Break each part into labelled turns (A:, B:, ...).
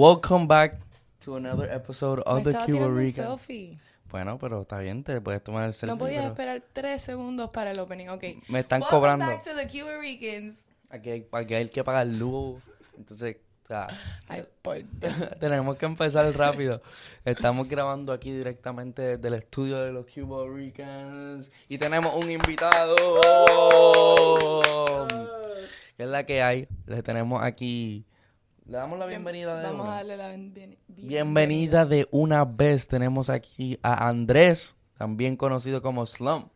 A: Welcome back to another episode
B: Me
A: of Oh, the
B: estaba
A: Cuba
B: tirando un
A: Rican.
B: selfie.
A: Bueno, pero está bien, te puedes tomar el selfie.
B: No podías
A: pero
B: esperar tres segundos para el opening. Ok.
A: Me están
B: Welcome
A: cobrando.
B: back to the Cuba Ricans.
A: Aquí hay, aquí hay que pagar luz. Entonces, o sea,
B: Ay, por Dios.
A: tenemos que empezar rápido. Estamos grabando aquí directamente desde el estudio de los Cuba Ricans. Y tenemos un invitado. Que es la que hay. Le tenemos aquí. Le damos la bienvenida de
B: Vamos
A: una.
B: a darle la ben- bien- bien-
A: Bienvenida de una vez. Tenemos aquí a Andrés, también conocido como Slump.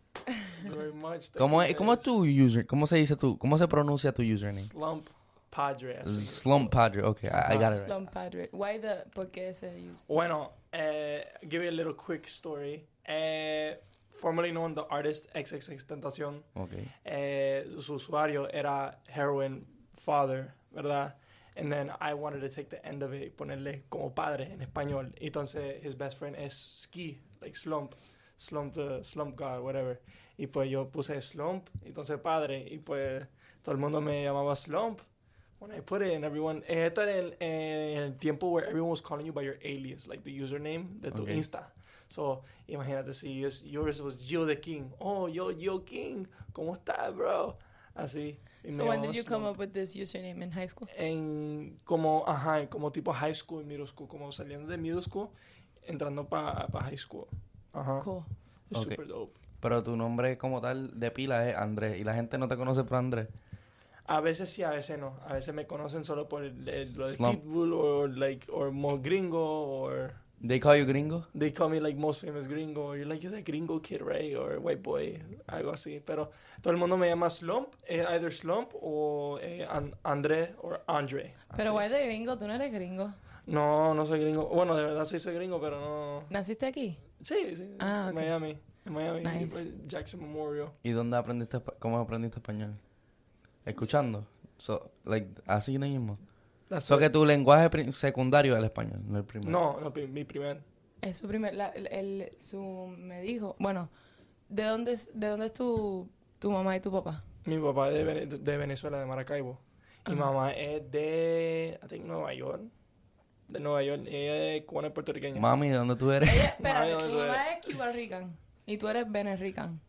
C: very much. Thank
A: ¿Cómo
C: you
A: es, cómo es
C: guys.
A: tu user? ¿Cómo se dice tu? ¿Cómo se pronuncia tu username?
C: slump padre? así.
A: Slump Padre. Okay, I, I got it right.
B: Slum Padre. Why the... ¿Por qué ese use?
C: Bueno, eh, give you a little quick story. Eh, formerly known the artist XXX Tentacion,
A: Okay.
C: eh, su usuario era heroin father, ¿verdad? And then I wanted to take the end of it y ponerle como padre en español. Entonces, his best friend es Ski, like Slump. Slump the Slump God, whatever. Y pues yo puse Slump, entonces padre. Y pues todo el mundo me llamaba Slump. When I put it in, everyone. eh, Esto era en, en el tiempo where everyone was calling you by your alias, like the username de tu
A: Okay.
C: Insta. So, imagínate si es- yours was Yo the King. Oh, yo, yo King. ¿Cómo estás, bro? Así. Y
B: So
C: me
B: when
C: llamaban
B: did you come
C: Slump
B: up with this username in high school?
C: en como ajá en como tipo high school y middle school como saliendo de middle school entrando para high school
A: Ah,
C: ajá
B: Cool.
C: es
A: Ok.
C: super dope
A: Pero tu nombre como tal de pila es Andrés y la gente no te conoce por Andrés.
C: a veces sí a veces no a veces me conocen solo por el, el- lo de
A: Slump.
C: Pitbull o like or most gringo or
A: They call you gringo.
C: they call me like most famous gringo or you're like you're the gringo kid right or white boy algo así pero todo el mundo me llama Slump eh, either Slump o eh, An- André or Andre
A: ah,
B: Pero
C: así.
B: why the gringo? Tú no eres gringo.
C: no no soy gringo bueno de verdad sí soy gringo pero no
B: ¿Naciste aquí?
C: Sí, sí.
B: Ah,
C: en
B: ok.
C: Miami. En Miami. pues,
B: Nice.
C: Jackson Memorial.
A: ¿Y dónde aprendiste espa- cómo aprendiste español? Escuchando. So, like así mismo.
C: That's
A: So
C: it.
A: que tu lenguaje pri- secundario es el español, no el primero.
C: No, no, pi- mi primer.
B: Es su primer... la- el, el- su... Me dijo... Bueno, ¿de dónde es, de dónde es tu, tu mamá y tu papá?
C: Mi papá es de, Vene- de Venezuela, de Maracaibo. Y
B: Ajá.
C: mamá es de, I think, Nueva York. De Nueva York. Ella es cubana y puertorriqueña.
A: Mami, ¿de dónde tú eres?
B: Ella, espérate,
C: No,
B: tu
C: yo no sé.
B: mamá es Cuba Rican y tú eres Benerican.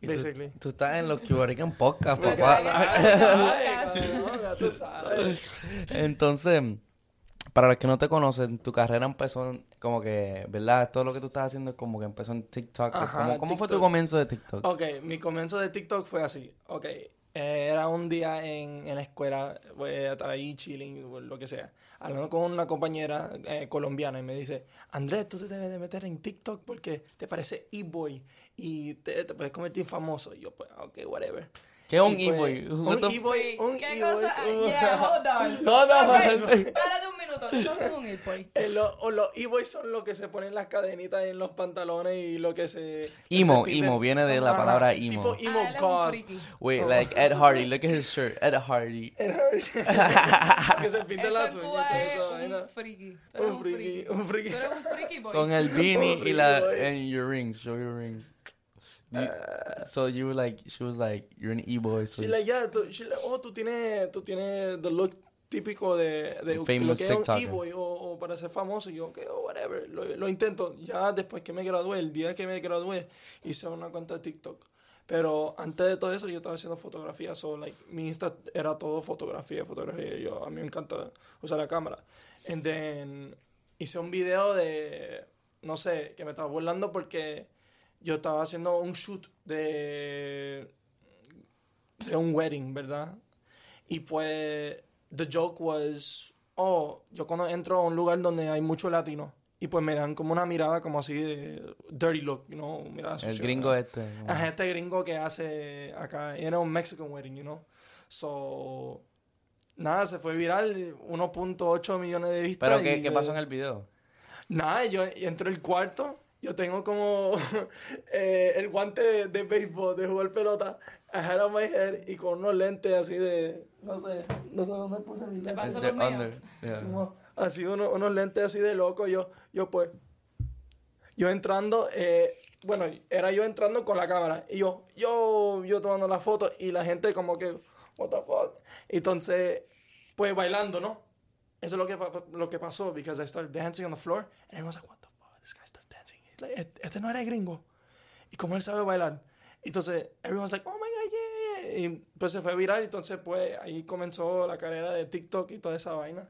A: Y tú-
C: Basically.
A: Tú, estás en los Cuba Rican Podcast,
B: Porque
A: papá.
B: la-
C: Ay, cabrón, ya tú sabes.
A: Entonces, para los que no te conocen, tu carrera empezó en- como que, ¿verdad? Todo lo que tú estás haciendo es como que empezó en TikTok.
C: Ajá,
A: ¿Cómo, cómo fue tu
C: TikTok. Oh,
A: comienzo de TikTok?
C: Ok, mi comienzo de TikTok fue así. Ok, eh, era un día en, en la escuela, eh, estaba ahí chilling, o lo que sea, hablando con una compañera eh, colombiana y me dice, Andrés, tú te debes de meter en TikTok porque te parece e-boy y te, te puedes convertir famoso. Y yo, pues, ok, whatever.
A: ¿Qué es un
C: Y pues,
A: e-boy? What
C: Un
A: the-
C: e-boy, un
B: ¿Qué
C: e-boy,
B: cosa?
C: un-
B: Yeah, hold on.
C: No, no,
B: Sorry,
C: man.
B: Párate un minuto, ¿qué cosa es un e-boy?
C: Eh, lo- o los e-boys son los que se ponen las cadenitas en los pantalones y lo que se...
A: Emo,
C: repiten.
A: emo, viene de la palabra emo.
C: Tipo emo
B: ah, él es un
C: goth.
B: friki.
A: Wait, like Ed Hardy, look at his shirt, Ed Hardy.
C: que se pinte
B: Eso
C: las
B: en Cuba
C: uñitas,
B: es
C: esa
B: un
C: vaina.
B: friki. Tú eres
C: Un friki, un friki.
B: Tú eres un friki boy.
A: Con el beanie y
C: Pobre
A: la,
C: boy.
A: and your rings, show your rings. You- so you were like, she was like, you're an e-boy. So
C: She's Eh. like, yeah, tú, she's like, oh, tú tienes, tú tienes the look típico de, de lo
A: Famous
C: que
A: TikToker.
C: es un e-boy o, o para ser famoso. Y yo, ok, oh, whatever, lo, lo intento. Ya después que me gradué, el día que me gradué, hice una cuenta de TikTok. Pero antes de todo eso, yo estaba haciendo fotografía. So, like, mi Insta era todo fotografía, fotografía. Y Yo, a mí me encanta usar la cámara. And then, hice un video de, no sé, que me estaba burlando porque yo estaba haciendo un shoot de de un wedding, ¿verdad? Y pues, the joke was, oh, yo cuando entro a un lugar donde hay mucho latino, y pues me dan como una mirada como así de dirty look, you know, mirada
A: el
C: sucia,
A: gringo
C: ¿verdad?
A: este. como-
C: Ajá, este gringo que hace acá, era un Mexican wedding, you know. So, nada, se fue viral, 1.8 millones de vistas.
A: Pero
C: y
A: ¿qué, qué
C: de-
A: pasó en el video?
C: Nada, yo entro al cuarto, yo tengo como eh, el guante de, de béisbol, de jugar pelota, ahead of my head, y con unos lentes así de, no sé, no sé dónde puse mi
B: Te
C: lente.
B: pasó
A: The
B: lo mío.
A: Eh, under, yeah.
C: Como así uno- unos lentes así de loco, yo, yo pues, yo entrando, eh, bueno, era yo entrando con la cámara, y yo, yo, yo tomando la foto, y la gente como que, what the fuck, entonces, pues bailando, ¿no? Eso es lo que, pa- lo que pasó, because I started dancing on the floor, and everyone's like, what the fuck, this guy started dancing. He's like, "Este- este no era gringo. Y como él sabe bailar. Entonces, everyone's like, oh my God, yeah, yeah. Y pues se fue viral, entonces pues ahí comenzó la carrera de TikTok y toda esa vaina.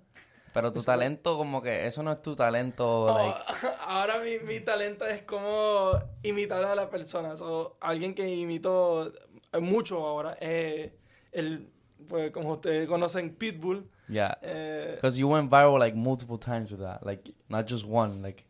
A: Pero tu talento, como que eso no es tu talento.
C: Oh,
A: like,
C: ahora mi, mi talento es como imitar a la persona. So, alguien que imito mucho ahora es el, pues, como ustedes conocen, Pitbull.
A: yeah.
C: Eh,
A: Because you went viral like multiple times with that. Like, not just one. Like,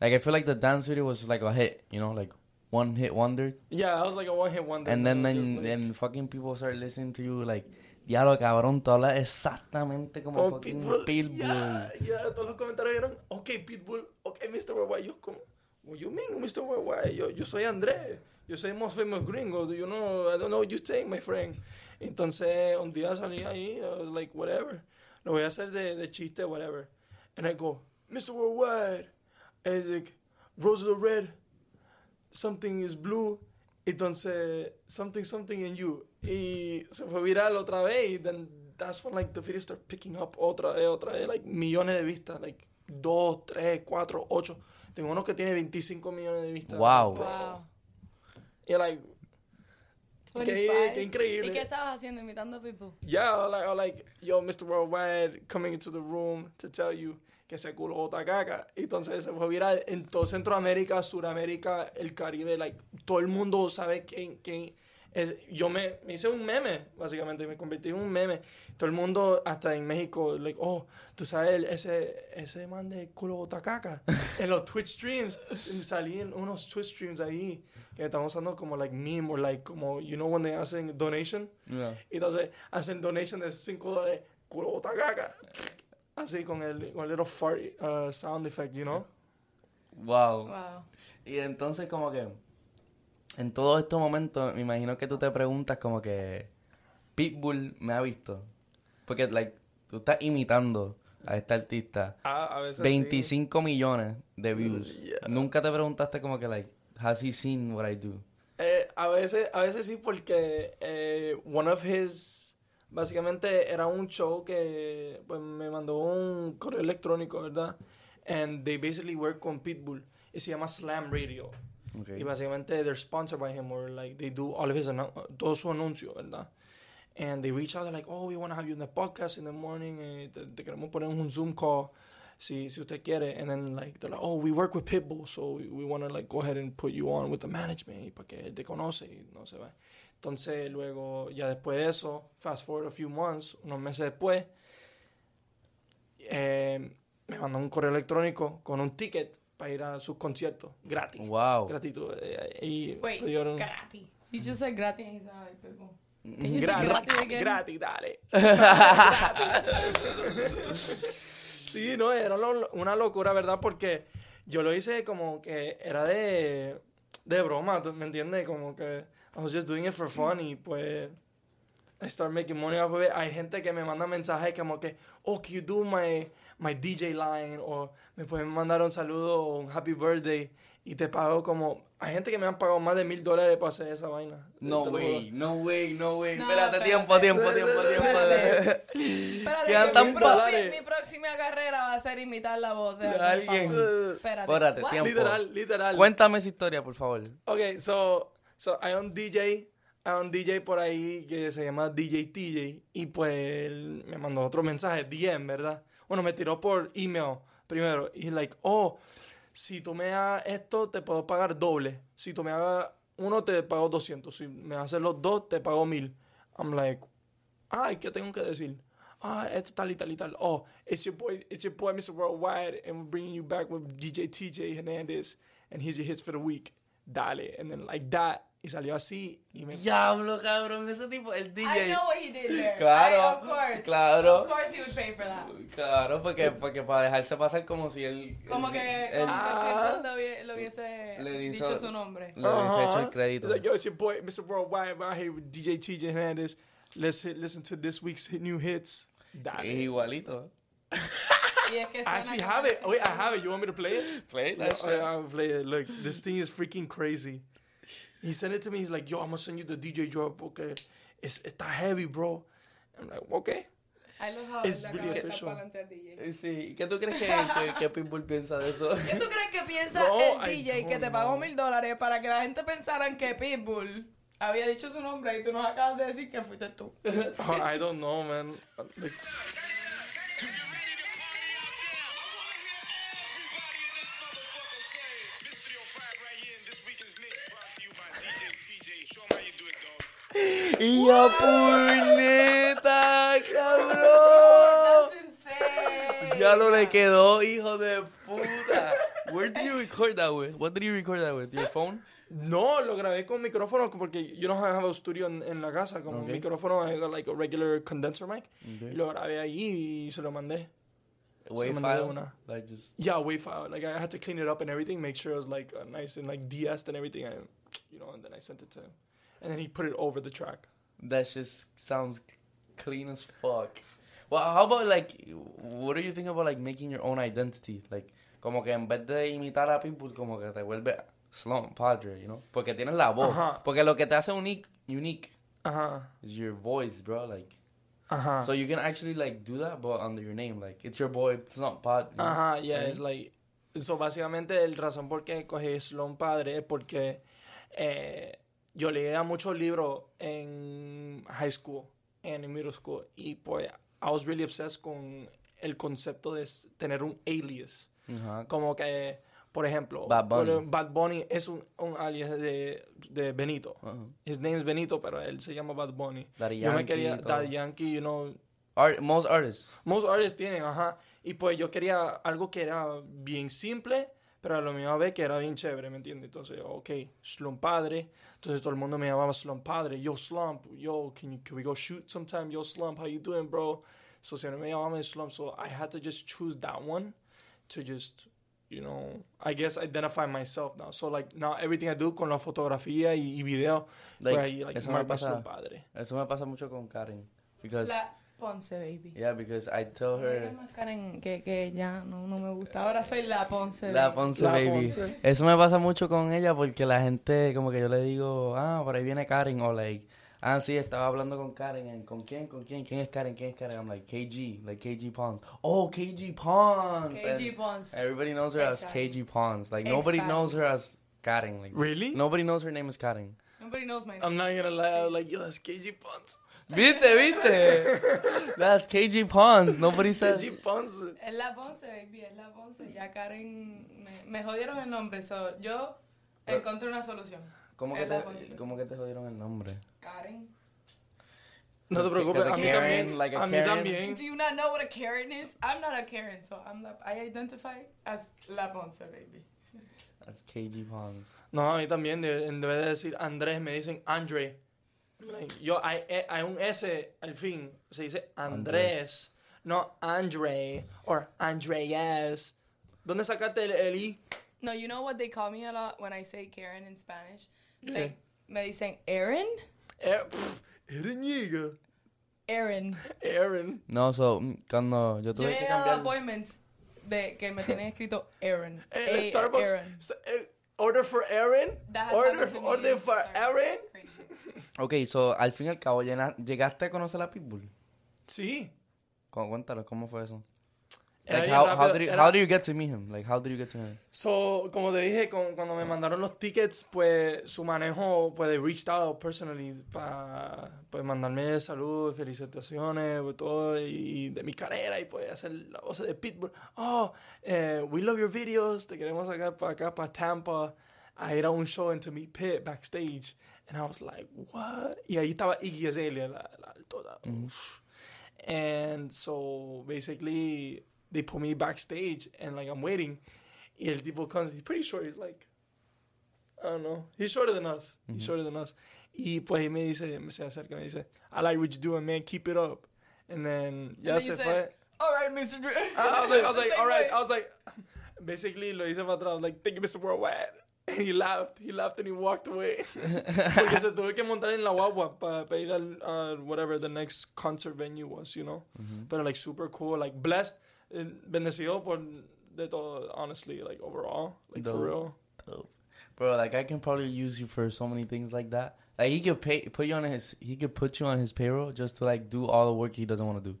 A: like I feel like the dance video was like a hit, you know, like one hit wonder.
C: yeah, I was like a one hit wonder.
A: And then,
C: It was
A: then,
C: just like-
A: then fucking people started listening to you, like, diablo cabrón, tú hablas exactamente como
C: como
A: fucking
C: Pitbull.
A: Pitbull.
C: Yeah, yeah, todos los comentarios eran, ok, Pitbull, ok, Mr. Worldwide. Yo como, what you mean, Mr. Worldwide? Yo, yo soy Andrés, yo soy most famous gringo, do you know, I don't know what you saying, my friend. Entonces, un día salí ahí, I was like, whatever, lo voy a hacer de, de chiste, whatever. And I go, Mr. Worldwide, and it's like, Rose of the Red, something is blue, entonces, something, something in you. Y se fue viral otra vez, y then that's when, like, the video started picking up otra vez, otra vez, like, millones de vistas, like, dos, tres, cuatro, ocho. Tengo uno que tiene 25 millones de vistas.
A: Wow.
B: Wow.
C: Y, like, qué,
B: 25.
C: qué increíble.
B: ¿Y qué estabas haciendo imitando a Pitbull?
C: Yeah, or like, or like, yo, Mr. Worldwide coming into the room to tell you que ese culo bota caca. Entonces se fue viral en todo Centroamérica, Suramérica, el Caribe, like, todo el mundo sabe quién, quién es. Yo me, me hice un meme, básicamente, me convertí en un meme. Todo el mundo, hasta en México, like, oh, tú sabes, el- ese, ese man de culo bota caca. en los Twitch streams, salí en unos Twitch streams ahí que estamos usando como, like, meme o, like, como, you know, when they hacen donation.
A: Yeah.
C: Y entonces hacen donation de 5 dólares, culo bota caca. Así con el, con el little fart uh, sound effect, you know?
A: Wow.
B: Wow.
A: Y entonces como que en todos estos momentos me imagino que tú te preguntas como que Pitbull me ha visto. Porque like tú estás imitando a este artista.
C: Ah, A, a veces.
A: 25 millones de views.
C: Yeah.
A: Nunca te preguntaste como que like has he seen what I do?
C: Eh, a veces, a veces sí, porque eh, one of his. Básicamente era un show que pues, me mandó un correo electrónico, ¿verdad? And they basically work con Pitbull. Y se llama Slam Radio.
A: Okay.
C: Y básicamente they're sponsored by him or like they do all of his annou- todo su anuncio, ¿verdad? And they reach out, they're like, oh, we want to have you in the podcast in the morning, eh, te, te queremos poner un Zoom call si, si usted quiere. And then like, they're like, oh, we work with Pitbull, so we, we want to like go ahead and put you on with the management y para que él te conoce y no se va. Entonces luego, ya después de eso, fast forward a few months, unos meses después, eh, me mandó un correo electrónico con un ticket para ir a sus conciertos gratis
A: Wow.
C: gratitud. eh, y
B: Wait,
C: pues, yo era un-
B: gratis. You just said gratis and he sounded like Pitbull. Can you say
C: Gratis,
B: gratis again?
C: gratis, dale. Gratis. sí, no, era lo- una locura, ¿verdad? Porque yo lo hice como que era de, de broma, ¿tú ¿me entiendes? Como que I was just doing it for fun y pues I start making money off of it. Hay gente que me manda mensajes como que, oh, can you do my, my DJ line? O me pueden mandar un saludo o un happy birthday y te pago como... Hay gente que me han pagado más de mil dólares para hacer esa vaina.
A: No
C: Te lo juro.
A: way, no way, no way.
B: No,
A: espérate,
B: espérate.
A: tiempo, tiempo, tiempo, tiempo.
B: Espérate. Espérate,
A: Quedan
B: que
A: tan
B: mi, pro-
C: dólares.
B: mi- mi próxima carrera va a ser imitar la voz de,
A: De
B: algún
A: alguien.
B: famoso.
C: Eh,
B: Espérate.
A: Espérate,
B: What?
A: tiempo.
C: Literal, literal.
A: Cuéntame esa historia, por favor.
C: Ok, so, so hay un DJ, hay un DJ por ahí que se llama DJ TJ y pues él me mandó otro mensaje, DM, ¿verdad? Bueno, me tiró por email primero y like, oh, si tú me das esto te puedo pagar doble, si tú me hagas uno te pago 200, si me haces los dos te pago 1000. I'm like, ay, ¿qué tengo que decir? Ah, esto tal y tal y tal. Oh, it's your boy, it's your boy Mr. Worldwide and we're bringing you back with DJ TJ Hernandez and here's your hits for the week. Dale, and then like that. Y salió así y me...
A: Diablo, cabrón, ese tipo, el
B: I know what he did there.
A: Claro,
B: I- of course.
A: claro.
B: Of course he would pay for that.
A: Claro, porque, porque para dejarse pasar como si él...
B: Como
A: él-
B: que,
A: él-
B: como que
C: Ah.
B: Pitbull lo, hubie- lo hubiese
A: Le hizo-
B: dicho su nombre.
A: Le hubiese hecho el
C: Ajá.
A: crédito.
C: It's like, yo, it's your boy Mr. Worldwide. I'm out here with DJ TJ Hernandez. Let's hit, listen to this week's hit- new hits. Dale.
A: Es igualito.
B: Y es que
C: I
B: suena
C: actually
B: como
C: have it.
B: que
C: Wait, I
B: sí.
C: have it. You want me to play it?
A: Play
C: Yeah, I, I'll play it. Look, this thing is freaking crazy. He sent it to me. He's like, "Yo, I'm gonna send you the DJ drop. Okay, it's it's that heavy, bro." I'm like, "Okay."
B: I love how
C: It's
B: la
C: really
B: cabeza
C: official.
B: pa'lante al DJ.
A: Eh, Sí, ¿qué tú crees que, que, que Pitbull piensa de eso?
B: ¿Qué tú crees que piensa
C: No,
B: el
C: I
B: DJ que
C: don't
B: te pagó
C: know.
B: mil dólares para que la gente pensara que Pitbull había dicho su nombre y tú nos acabas de decir que fuiste tú?
C: Oh, I don't know, man. Like,
A: ¡Y a puñeta, cabrón!
B: That's insane.
A: Ya no le quedó, hijo de puta. Where did you record that with? What did you record that with? Your phone?
C: No, lo grabé con micrófono porque yo no have a studio en, en la casa, como
A: Ok.
C: un micrófono, eh, like a regular condenser mic.
A: Ok.
C: Y lo grabé ahí y se lo mandé.
A: Wave
C: mandé
A: file?
C: una.
A: Like just...
C: Yeah, wave file. Like I had to clean it up and everything, make sure it was like uh, nice and like de-essed and everything. And, you know, and then I sent it to him, and then he put it over the track.
A: That just sounds clean as fuck. Well, how about like, what do you think about like making your own identity? Like, como que en vez de imitar a Pitbull, como que te vuelve Slum Padre, you know? Porque tienes la voz.
C: Ajá.
A: Porque lo que te hace unique, unique
C: Ajá,
A: is your voice, bro. Like,
C: ajá,
A: so you can actually like do that, but under your name. Like, it's your boy Slum Padre. you know?
C: ajá. Yeah,
A: Ahí.
C: it's like. So básicamente el razón por qué cogí Sloan Padre es porque eh, yo leía muchos libros en high school and in middle school y pues I was really obsessed con el concepto de s- tener un alias.
A: Ajá.
C: Como que, por ejemplo,
A: Bad Bunny.
C: bueno, Bad Bunny es un, un alias de, de Benito.
A: Ajá.
C: His name is Benito, pero él se llama Bad Bunny.
A: Daddy
C: yo me
A: Yankee
C: quería
A: y todo.
C: Daddy Yankee, you know.
A: Art, most artists.
C: Most artists tienen, ajá. Y pues yo quería algo que era bien simple, pero a lo misma vez que era bien chévere, ¿me entiendes? Entonces, ok, Slump Padre. Entonces todo el mundo me llamaba Slump Padre. Yo, Slump, yo, can, you- can we go shoot sometime? Yo, Slump, how you doing, bro? So siempre me llamaban Slump, so I had to just choose that one to just, you know, I guess identify myself now. So like, now everything I do con la fotografía y, y video,
A: Like,
C: pues ahí, like,
A: eso me
C: marca
A: pasa.
C: Slump Padre.
A: Eso me pasa mucho con Karen. Because,
B: La Ponce, baby.
A: yeah, because I tell
B: No
A: her...
B: digas más Karen, que, que ya no, no me gusta. Ahora soy la Ponce.
A: La
B: baby.
A: Ponce
C: La
A: Baby.
C: Ponce.
A: Eso me pasa mucho con ella porque la gente, como que yo le digo, ah, por ahí viene Karen, o like, ah, sí, estaba hablando con Karen, and, ¿con quién? ¿Con quién? ¿Quién es Karen? ¿Quién es Karen? I'm like, KG, like KG Pons. Oh, KG Pons.
B: KG
A: And
B: Ponce.
A: Everybody knows her as
B: Exactly.
A: KG Pons. Like, nobody
B: Exactly.
A: knows her as Karen. Like,
C: Really?
A: Nobody knows her name is Karen.
B: Nobody knows my name.
C: I'm not gonna lie, I was like, yo, that's KG Ponce.
A: Viste, viste. That's KG Pons. Nobody says.
C: KG Ponce.
B: Es la Ponce, baby, es la Ponce. Ya Karen, me, me jodieron el nombre, so yo
A: Pero-
B: encontré una solución.
A: ¿Cómo que,
B: Es la
A: te,
B: Ponce.
A: ¿Cómo que te jodieron el nombre?
B: Karen.
C: No te
A: Like,
C: preocupes,
A: like
C: a
A: a
C: mí
A: Karen,
C: también.
A: like a
C: a mí
A: Karen.
C: también.
B: Do you not know what a Karen is? I'm not a Karen, so I'm la, I identify as la Ponce, baby.
A: That's KG Pons.
C: No, a mí también. de- En vez de decir Andrés, me dicen Andre. Like, yo, hay, eh, hay un S al fin. Se dice Andrés. No Andre. Or Andreas. ¿Dónde sacaste el, el I?
B: No, you know what they call me a lot when I say Karen in Spanish? Like,
C: Okay.
B: me dicen Erin?
C: Eh, pff, Eren Yeager.
B: Erin.
C: Eren.
A: No, so, mm, cuando yo
B: Yo
A: tuve
B: he
A: que
B: llegado a
A: cambiar.
B: appointments de que me tienen escrito Erin.
C: El
B: A-
C: Eh, Starbucks.
B: Erin.
C: sta- eh, order for Aaron.
B: That has
C: Order,
B: happened to me
C: order
B: in
C: for
B: Starbucks.
C: Aaron.
B: Crazy.
A: Ok, so, al fin y al cabo, llena- llegaste a conocer a Pitbull.
C: Sí.
A: Cu- Cuéntanos, ¿cómo fue eso?
C: Era
A: Like,
C: bien
A: how,
C: rápido,
A: how, did you,
C: era-
A: how did you get to meet him? Like, how did you get to him?
C: So, como te dije, con- cuando me mandaron los tickets, pues su manejo, pues de reached out personally para pues, mandarme saludos, felicitaciones, pues, todo, y, y de mi carrera, y pues hacer la voz de Pitbull. Oh, eh, we love your videos, te queremos sacar para acá, para Tampa, a ir a un show and to meet Pit backstage. And I was like, what? Y ahí estaba Iggy Azalea, la, la toda. uf. And so basically they put me backstage and like I'm waiting. Y el tipo comes, he's pretty short, he's like, I don't know, he's shorter than us, he's shorter than us. Y pues él me dice, me se acerca y me dice, I like what you're doing, man, keep it up. And then ya
B: then
C: se
B: you said,
C: fue.
B: All right, Mr. Dre.
C: I was like, I was like,
B: Same
C: all right.
B: way.
C: I was like, basically lo hice para atrás, I was like, thank you, Mr. Worldwide. And he laughed, he laughed and he walked away. Porque se tuve que montar en la guagua para ir al, al whatever the next concert venue was, you know. Pero like super cool, like blessed, eh, bendecido por de todo, honestly, like overall, like for
A: Dope.
C: real.
A: Bro, like, I can probably use you for so many things like that. Like, he could pay, put you on his, he could put you on his payroll just to, like, do all the work he doesn't want to do.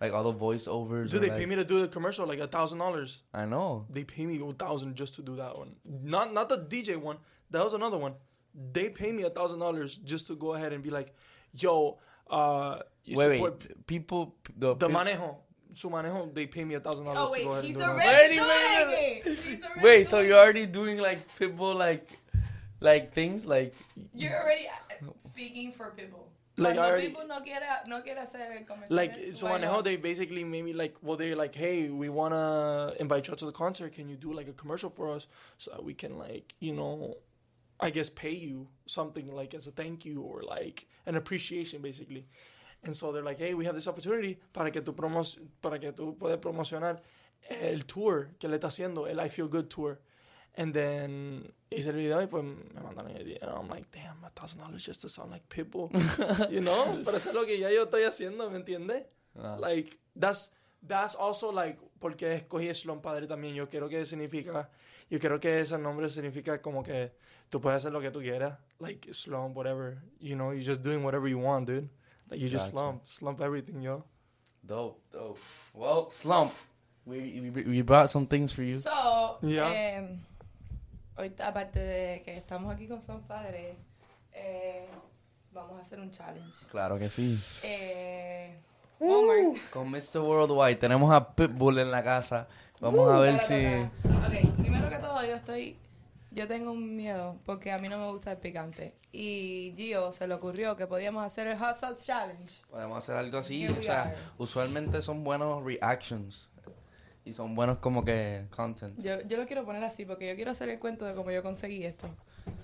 A: like all the voiceovers.
C: Do
A: and,
C: they
A: like-
C: pay me to do the commercial like a thousand dollars?
A: I know.
C: They pay me a thousand just to do that one. Not not the DJ one. That was another one. They pay me a thousand dollars just to go ahead and be like, yo, uh, you
A: Wait,
C: support
A: wait. People, the,
C: the
A: pe-
C: manejo. Su manejo, they pay me a thousand dollars
B: Oh,
C: to go ahead
B: wait,
C: and
A: Wait,
B: he's already
C: do that.
B: doing
A: wait,
B: it. He's already
A: Wait, so
B: doing
A: you're
B: it.
A: already doing like Pitbull, like, like things, like.
B: You're already uh, speaking for people.
C: Like, I
B: Cuando
C: already-
B: people no quiera, no quiera hacer conversaciones.
C: Like so,
B: bueno,
C: Manejo, they basically made me like, well, they're like, hey, we wanna invite you out to the concert. Can you do like a commercial for us so that we can like, you know, I guess pay you something like as a thank you or like an appreciation, basically. And so they're like, hey, we have this opportunity para que tú promos para que tú puedas promocionar el tour que le está haciendo el I Feel Good tour. And then hice el video y pues me mandaron el video. I'm like, damn, a thousand dollars just to sound like Pitbull. you know? Para hacer lo que ya yo estoy haciendo, ¿me entiendes?
A: Ah.
C: Like, that's, that's also like, porque escogí Slum Padre también. Yo creo que significa, yo creo que ese nombre significa como que tú puedes hacer lo que tú quieras. Like, slump, whatever. You know, you're just doing whatever you want, dude. Like, you
A: Gotcha.
C: just slump, slump everything, yo.
A: Dope, dope. Well, slump. We, we we brought some things for you.
B: So,
C: Yeah.
B: em, ahorita, aparte de que estamos aquí con Son Padres, eh, vamos a hacer un challenge.
A: Claro que sí.
B: Eh, Walmart.
A: Con Mr. Worldwide tenemos a Pitbull en la casa. Vamos
B: Uh,
A: a ver si.
B: Ok, primero que todo, yo estoy. Yo tengo un miedo porque a mí no me gusta el picante. Y Gio se le ocurrió que podíamos hacer el Hot Sauce Challenge.
A: Podemos hacer algo así.
B: Here
A: O
B: we
A: sea,
B: are.
A: usualmente son buenos reactions. Y son buenos como que content.
B: Yo, yo lo quiero poner así porque yo quiero hacer el cuento de cómo yo conseguí esto.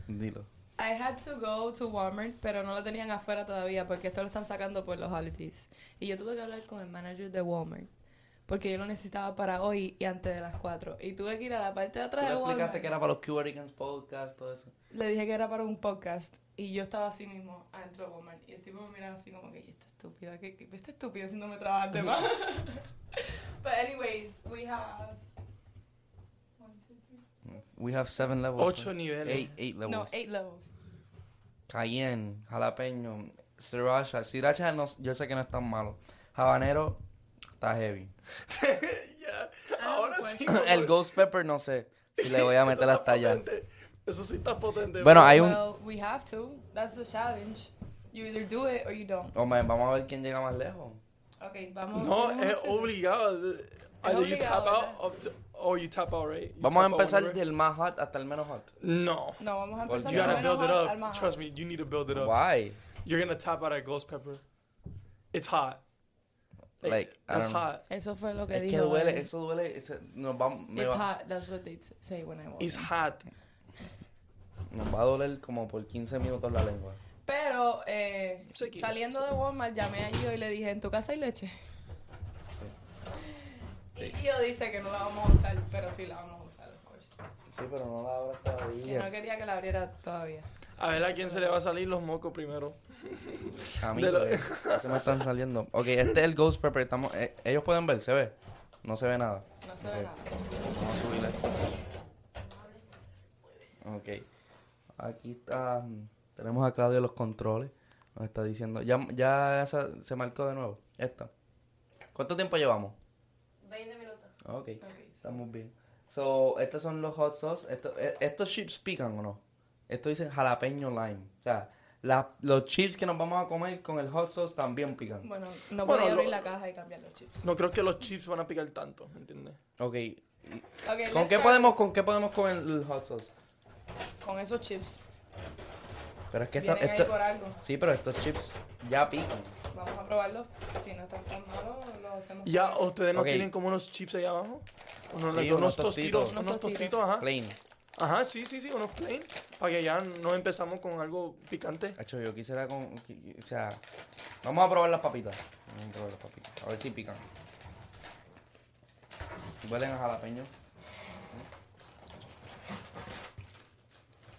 A: Dilo.
B: I had to go to Walmart, pero no lo tenían afuera todavía porque esto lo están sacando por los holidays. Y yo tuve que hablar con el manager de Walmart porque yo lo necesitaba para hoy y antes de las 4. Y tuve que ir a la parte de
A: Tú
B: atrás
A: le
B: de
A: explicaste
B: Walmart.
A: que era para los Cubaricans podcast, todo eso.
B: Le dije que era para un podcast y yo estaba así mismo adentro de Walmart. Y el tipo me miraba así como que, "Y esta estúpida, que, que esta estúpida haciéndome trabajar de más. But anyways, we have... one, two, three-
A: We have seven levels.
C: Ocho
A: right?
C: niveles.
A: Eight, eight levels.
B: No, eight levels.
A: Cayenne, jalapeño, sriracha. Sriracha no, yo sé que no es tan malo. Habanero está heavy.
C: yeah. Ahora
B: pues.
C: sí.
A: El ghost pepper no sé si le voy a meter hasta allá.
C: potente. Eso sí está potente.
A: Bueno,
C: bro.
A: hay un...
B: Well, we have to. That's the challenge. You either do it or you don't.
A: Hombre, vamos a ver quién llega más lejos.
B: Okay, vamos.
C: No,
B: vamos a
C: es
B: hacer eso.
C: obligado. Either you tap
B: obligado,
C: out or, t- or you tap out, right? You
A: Vamos a
C: tap out
A: empezar
C: whenever-
A: del más hot hasta el menos hot.
C: No.
B: No, vamos a
A: Well,
B: empezar
C: You
A: Yeah.
C: gotta
B: de
C: build
B: menos
C: it
B: al- al
C: up.
B: más alto.
C: Trust me, you need to build it up.
A: Why?
C: You're gonna tap out at ghost pepper. It's hot. Like,
A: Like, I
C: that's
A: don't know.
C: hot.
B: Eso fue lo que
A: Es
B: dijo.
A: que duele,
B: él.
A: eso duele. ese- nos, va, me
B: It's
A: va-
B: hot. That's what they say when I walk.
C: It's
B: in.
C: hot.
A: nos va a doler como por 15 minutos la lengua.
B: Pero eh,
C: Sí, que-
B: saliendo de Walmart llamé a Gio y le dije, ¿en tu casa hay leche? Y Gio dice que no la vamos a usar, pero sí la vamos a usar, of course.
A: Sí, pero no la abras
B: Que no
A: todavía.
B: quería que la abriera todavía.
C: A ver a quién se le va a salir los mocos primero.
A: A mí
C: De lo-
A: eh, se me están saliendo. Ok, este es el ghost pepper. Estamos, eh, ellos pueden ver, se ve. No se ve nada.
B: No se ve
A: Ok.
B: nada.
A: Vamos a subirle. Ok. Aquí está. mm, Tenemos a Claudio los controles. Nos está diciendo. Ya, ya esa se marcó de nuevo. Esta. ¿Cuánto tiempo llevamos?
B: 20 minutos.
A: Ok.
B: Ok.
A: Estamos bien. So, estos son los hot sauce. Esto- eh, estos chips pican o no? Esto dice jalapeño lime. O sea, la- los chips que nos vamos a comer con el hot sauce también pican.
B: Bueno, no
C: Bueno,
B: podía abrir
C: lo-
B: la caja y cambiar los chips.
C: No creo que los chips van a picar tanto, ¿me entiendes?
A: Ok.
B: Okay,
A: ¿Con
B: let's
A: qué
B: start
A: podemos, ¿Con qué podemos comer el hot sauce?
B: Con esos chips.
A: Pero es que esa-
B: Vienen ahí
A: esto,
B: por algo.
A: Sí, pero estos chips ya pican.
B: Vamos a probarlos. Si no están tan malos, los hacemos.
C: Ya,
B: con
C: ¿ustedes no
A: Ok.
C: tienen como unos chips ahí abajo? Unos,
A: Sí,
C: like,
A: unos
C: unos
A: tostitos.
C: tostitos,
B: Unos
C: unos
B: tostitos.
C: tostitos, ajá.
A: Plain.
C: Ajá, sí, sí, sí, unos plain. Para que ya no empezamos con algo picante.
A: Hacho, yo quisiera con... qui- qui- O sea, vamos a probar las papitas. Vamos a probar las papitas. A ver si pican. Huelen a jalapeño.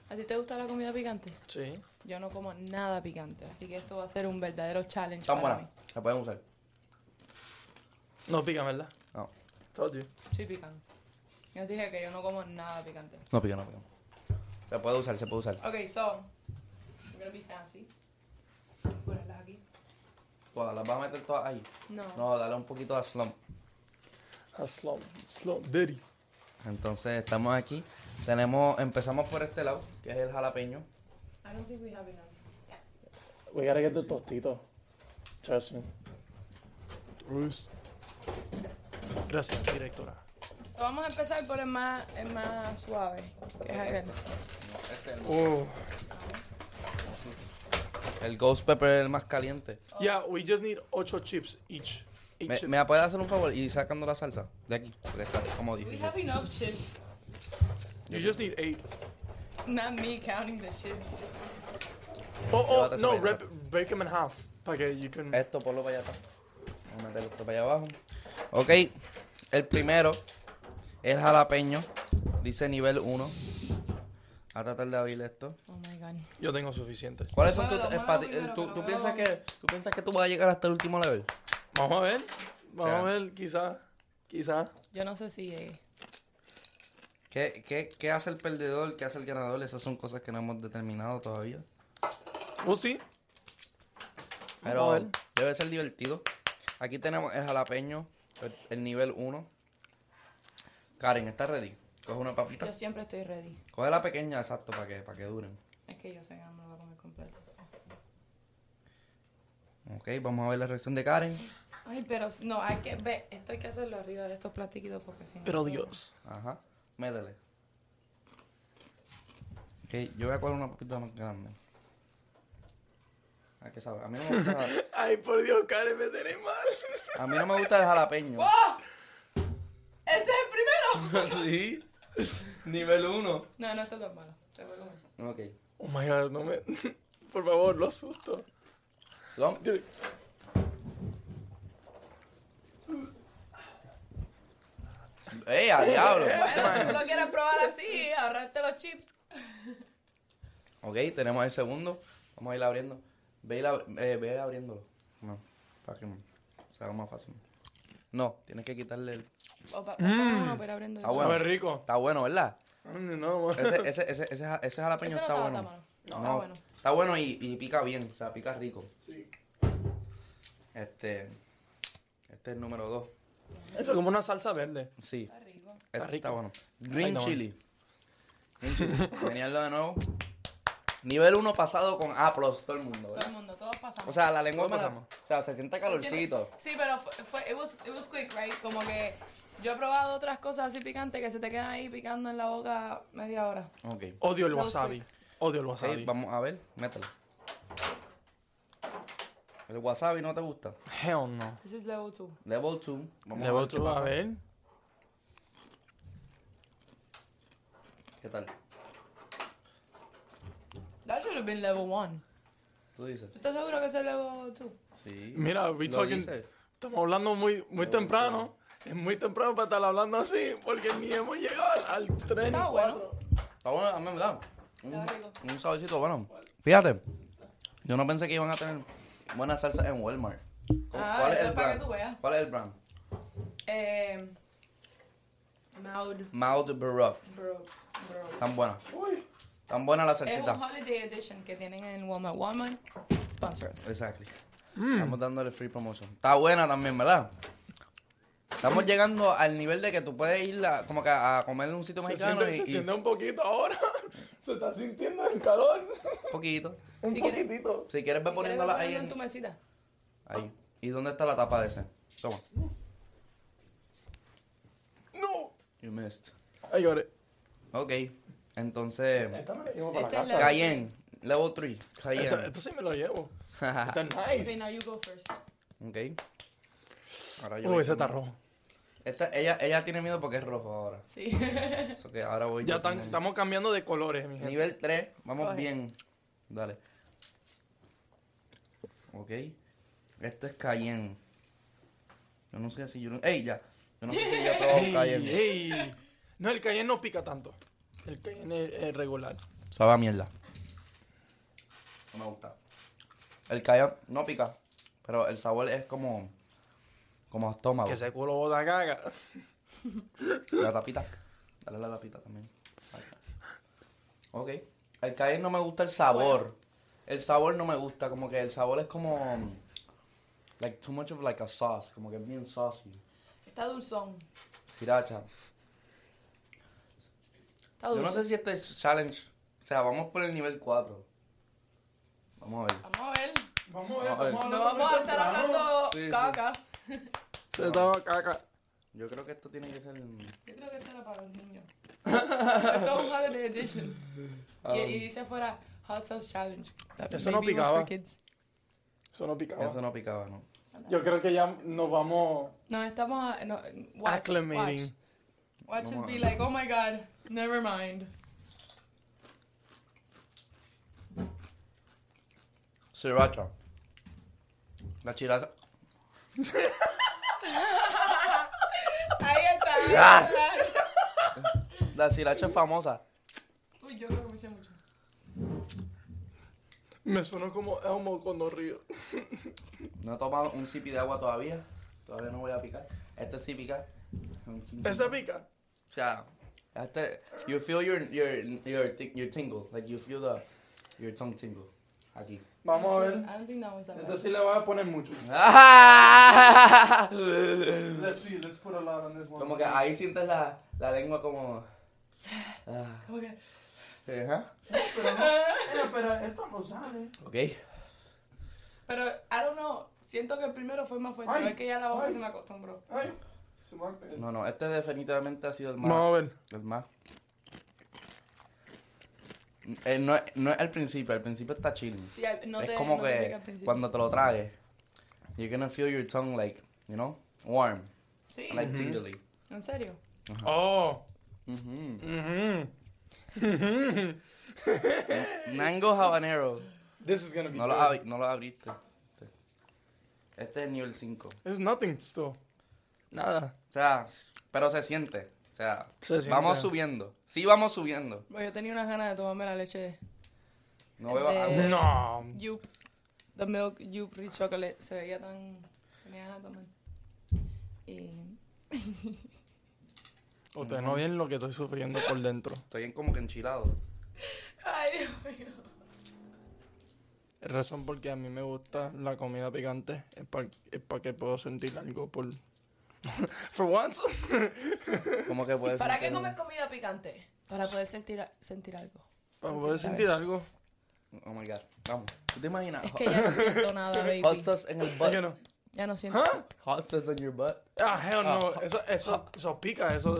B: ¿A ti te gusta la comida picante?
C: Sí.
B: Yo no como nada picante, así que esto va a ser un verdadero challenge
A: Están
B: para
A: buenas. Se pueden usar.
C: No pican, ¿verdad?
A: No,
C: Told you.
B: mí. Sí pican. Yo dije que yo no como nada picante.
A: no pican, no pican. Se puede usar, se puede usar.
B: Ok, so, I'm gonna be fancy. Ponerlas aquí.
A: Wow, las vas a meter todas ahí.
B: No.
A: No, dale un poquito a slump.
C: A slump, slump, dirty.
A: Entonces estamos aquí. Tenemos, empezamos por este lado, que es el jalapeño.
B: I don't think we have enough.
C: We gotta get the tostito. Trust me. Gracias, directora.
B: So, vamos a empezar por el más, el más suave, que es aquel.
A: No, este es
C: Oh.
A: el, el ghost pepper es el más caliente.
C: Yeah, we just need ocho chips each. Eight
A: ¿Me,
C: chips.
A: ¿Me puedes hacer un favor? Y sacando la salsa de aquí, porque está como
B: We
A: difícil.
B: have enough chips.
C: You just need eight.
B: Not me counting the chips.
C: Oh, oh,
A: Llévate esa Eh.
C: no,
A: vaina.
C: rep, break them in half. Para que you can...
A: Esto, ponlo para allá atrás. Vamos a meter esto para allá abajo. Ok, el primero es jalapeño. Dice nivel 1. A tratar de abrir esto.
B: Oh my god.
C: Yo tengo suficiente.
A: ¿Cuáles son tus.?
B: Muévelo,
A: es pa'
B: muévelo
A: ti-
B: primero,
A: ¿tú,
B: que
A: tú
B: lo
A: piensas que,
B: veo.
A: ¿Tú piensas que tú vas a llegar hasta el último level?
C: Vamos a ver. Vamos
A: Ya.
C: a ver, quizá. Quizá.
B: Yo no sé si eh, llegué.
A: ¿Qué, qué, qué hace el perdedor? ¿Qué hace el ganador? Esas son cosas que no hemos determinado todavía.
C: We'll see. Vamos a
A: Pero
C: ver.
A: debe ser divertido. Aquí tenemos el jalapeño, el, el nivel 1. Karen, ¿estás ready? Coge una papita.
B: Yo siempre estoy ready.
A: Coge la pequeña, exacto, para que, para que duren.
B: Es que yo sé que no me lo voy a comer completo.
A: Ok, vamos a ver la reacción de Karen.
B: Ay, pero no, hay que ver. Esto hay que hacerlo arriba de estos plastiquitos porque si no.
C: Pero
B: se-
C: Dios.
A: Ajá, métele. Ok, yo voy a coger una papita más grande. ¿A qué sabe? A mí no me gusta,
C: Ay, por Dios, Karen, me tenés mal.
A: a mí no me gusta el jalapeño.
B: ¡Oh! ¡Ese es el primero!
A: sí, nivel 1.
B: No, no está tan malo. Se puede comer.
A: Ok,
C: Oh my god, no me... Por favor, lo asusto.
A: Slump.
C: Dude.
A: ¡Ey, ¡Eh, a diablo!
B: Bueno, si tú lo quieres probar así, ahorrarte los chips.
A: Ok, tenemos el segundo. Vamos a ir abriendo. Ve, ir ab- eh, ve abriéndolo. No, para que se haga más fácil. No, tienes que quitarle el...
B: O pa-
C: Mm.
B: pásame uno para ir abriendo
A: Está Ah, bueno.
C: Sabe rico.
A: Está bueno, ¿verdad?
C: Mm, No, man.
A: Ese, ese, ese, ese, ja- ese jalapeño
B: Ese no
A: está
B: estaba
A: bueno.
B: tan malo. No, está bueno.
A: Está bueno y, y pica bien, o sea, pica rico.
C: Sí.
A: Este, este es el número dos.
C: Eso es como una salsa verde.
A: Sí,
B: Está rico.
A: este
C: rico.
A: está bueno. Green
C: Ay, no,
A: chili. Green chili. Genial de nuevo. Nivel 1 pasado con A+, todo el mundo,
B: Todo el
A: ¿verdad?
B: mundo, todos pasamos.
A: O sea, la lengua
C: Todos
A: me la-
C: pasamos.
A: O sea, se siente calorcito.
B: Sí, pero fue, fue- it, was, it was quick, right? Como que yo he probado otras cosas así picantes que se te quedan ahí picando en la boca media hora.
A: Ok.
C: Odio el
B: Real
C: wasabi. Odio el
A: Sí,
C: wasabi.
A: vamos a ver, mételo. El wasabi no te gusta.
C: Hell no.
B: This is level 2.
A: Level 2. Vamos
C: Le voy
A: qué
C: a
A: pasa.
C: ver.
A: ¿Qué tal?
B: That should have been level 1.
A: ¿Tú dices?
B: ¿Tú estás seguro que es el level 2?
A: Sí.
C: Mira, we
A: Lo
C: talking-
A: dice.
C: Estamos hablando muy, muy
A: No,
C: temprano. Es muy temprano para estar hablando así, porque ni hemos llegado al tren.
B: Está bueno.
A: Está bueno, a mí me da
B: Está rico.
A: un, un saborcito bueno. Fíjate, yo no pensé que iban a tener buena salsa en Walmart. ¿Cu-
B: Ah, eso es para que tú veas.
A: ¿Cuál es el brand?
B: Eh, Maud.
A: Mouth Baroque.
B: Bro. Bro.
A: Tan buena.
C: Uy.
A: Tan buena la
B: Es un
A: salsita.
B: holiday edition que tienen en Walmart. Walmart sponsor us.
A: Exacto.
C: Mm.
A: Estamos dándole free promotion. Está buena también, ¿verdad? Estamos llegando al nivel de que tú puedes ir a- como que a comer en un sitio
C: Se,
A: mexicano
C: siente, se
A: y, y
C: siente un poquito ahora. Se está sintiendo el calor.
A: poquito.
C: Un
B: Si quieres-
C: poquitito.
A: Si quieres, ve
B: Si quieres,
A: poniéndola
B: voy
A: ahí
B: poniendo
A: en,
B: en tu mesita.
A: ahí. ¿Y dónde está la tapa de ese? Toma.
C: No.
A: You missed.
C: Ay, lloré.
A: Ok. Entonces,
C: Esta me la llevo para
B: Esta
C: la
B: es
C: casa.
B: la-
A: Cayenne. Level 3.
C: Esto,
A: Cayenne.
C: esto sí me lo llevo. Está
B: Okay, now
C: nice.
B: you go first.
A: Ok. Ahora
C: Uy, ese
A: voy
C: está
A: con-
C: rojo.
A: Esta, ella, ella tiene miedo porque es rojo ahora.
B: Sí.
A: Eso que ahora voy
C: Ya
A: yo con
C: tan-
A: el-
C: estamos cambiando de colores, mi gente.
A: Nivel 3. Vamos
B: Coge.
A: bien. Dale. Ok. Esto es Cayenne. Yo no sé si yo... ¡Ey, ya! Yo no sé si yo he probado
C: Ey,
A: Cayenne.
C: ey. No, el Cayenne no pica tanto. El Cayenne es, es regular.
A: Sabe a mierda. No me gusta. El Cayenne no pica. Pero el sabor es como... Como estómago.
C: Que se culo boda gaga.
A: La tapita. Dale la tapita también. Ahí. Ok. El caer no me gusta el sabor. El sabor no me gusta. Como que el sabor es como. Like too much of like a sauce, como que es bien saucy.
B: Está dulzón.
A: Piracha.
B: Está
A: Yo
B: dulzón.
A: no sé si este challenge, o sea, vamos por el nivel 4. Vamos a ver.
B: Vamos a ver.
D: Vamos
A: a ver.
B: No vamos a
D: este
B: estar hablando
A: Sí, sí.
B: caca.
C: Se estaba caca.
A: Yo creo que esto tiene que ser mm,
B: Yo creo que esto era para los niños. Esto es un holiday edition. Y, y dice afuera Hot Sauce Challenge. That
C: Eso no
B: maybe was
C: picaba.
B: for kids.
C: Eso no picaba.
A: eso no picaba, ¿no?
D: Yo creo que ya nos vamos.
B: No, estamos a, no, watch,
C: Acclimating.
B: Watch, watch us
A: Vamos a-
B: be like, oh my god, never mind.
A: Sriracha. La chiracha.
B: Ahí está. ahí
D: Ah.
B: está.
A: La sriracha es famosa.
B: Uy, yo creo que me hice mucho.
C: Me suena como Elmo cuando río.
A: No he tomado un sipi de agua todavía. Todavía no voy a picar. Este sí pica.
C: ¿Ese pica?
A: O sea, este, you feel your, your, your, ti- your tingle. Like you feel the, your tongue tingle. Aquí.
D: Vamos a ver.
B: I don't think that one's that
D: Este
B: bad.
D: sí le voy a poner mucho. Let's see, let's put a lot on this one.
A: Como que ahí sientes la, la lengua como... Ah, eh,
B: Como que-
A: ajá.
D: Pero, no, eh, pero esto no sale.
A: Ok.
B: Pero, I don't know. Siento que el primero fue más fuerte.
D: Ay,
B: Es que ya la boca
D: ay.
B: se me acostumbró.
D: Ay, se me ha-
A: No, no, este definitivamente ha sido el más...
C: Vamos a ver.
A: El más... Eh, no, no es al principio, al principio está chilling.
B: Sí, al- no
A: es
B: te,
A: como
B: no te pica
A: que
B: al principio.
A: cuando te lo tragues, you're gonna feel your tongue like, you know, warm,
B: Sí,
A: like
C: Ujú.
A: tingly.
B: en serio.
C: Oh.
A: Mhm.
C: mhm.
A: Mango habanero.
D: This is gonna be
A: No lo,
D: good.
A: abri- no lo abriste. Este es nivel 5. O
C: It's nothing still. Nada.
A: sea, pero se siente. O sea,
C: Se siente.
A: vamos subiendo. Sí, vamos subiendo.
B: Pues yo tenía unas ganas de tomarme la leche de
A: No beba
B: Eh,
A: agua.
C: No.
B: Yup. The milk Yup rich chocolate. Se veía tan... Tenía ganas de tomar. Y...
C: Ustedes no ven lo que estoy sufriendo por dentro.
A: Estoy en- como que enchilado.
B: Ay, Dios mío.
C: razón porque a mí me gusta la comida picante es para que puedo sentir algo por... For once.
A: Como que puedes
B: ¿Para qué
A: sentir-
B: comes comida picante? Para poder sentir, sentir algo.
C: Para poder sentir
B: ¿Sabes?
C: algo.
A: Oh my god. Vamos. ¿Tú te imaginas?
B: Es que ya no siento nada,
A: Hot
B: baby.
A: sauce en el
C: ¿Por qué
A: butt.
C: no?
B: Ya no siento.
C: ¿Ah?
A: Hot sauce en your butt.
C: Ah, hell no. Eso, eso, eso pica. Eso,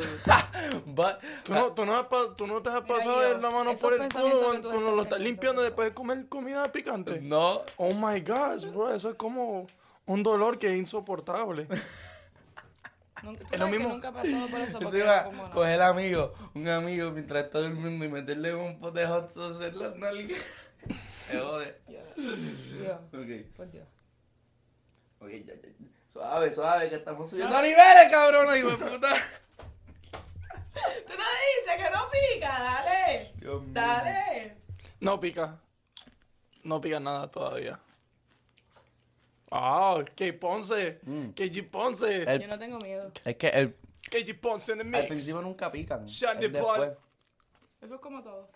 A: Butt.
C: tú, no, tú, no has pa- tú no te has
B: Mira,
C: pasado
B: yo,
C: la mano
B: esos
C: por el
B: pensamientos
C: culo
B: que tú
C: cuando lo
B: estás
C: estás
B: teniendo,
C: limpiando
B: bro.
C: después de comer comida picante.
A: No.
C: Oh my gosh, bro. Eso es como un dolor que es insoportable.
A: ¿Ah?
B: Nunca, tú
C: Es lo
B: sabes que
C: mismo.
B: nunca he pasado por
A: Yo
B: eso porque
A: te iba pues-
B: no como
A: a
B: nada.
A: coger amigo, un amigo mientras está durmiendo y meterle un pote de hot sauce en las nalgas. Se jode.
B: Yo- yo,
A: Ok,
B: por Dios.
A: ok, ya, ya. ya. Suave, suave, que estamos subiendo
B: No.
A: niveles, cabrón, hijo de puta.
B: Tú no dices que no pica, dale.
A: Dios mío.
B: Dale.
C: No pica. No pica nada todavía. Ah, que Ponce.
A: Mm.
C: KG Ponce.
A: El-
B: Yo no tengo miedo.
A: Es que el,
C: KG Ponce en el
A: al
C: mix.
A: principio nunca pican.
C: Shut
A: es
C: the pot.
A: después.
B: Eso es como todo.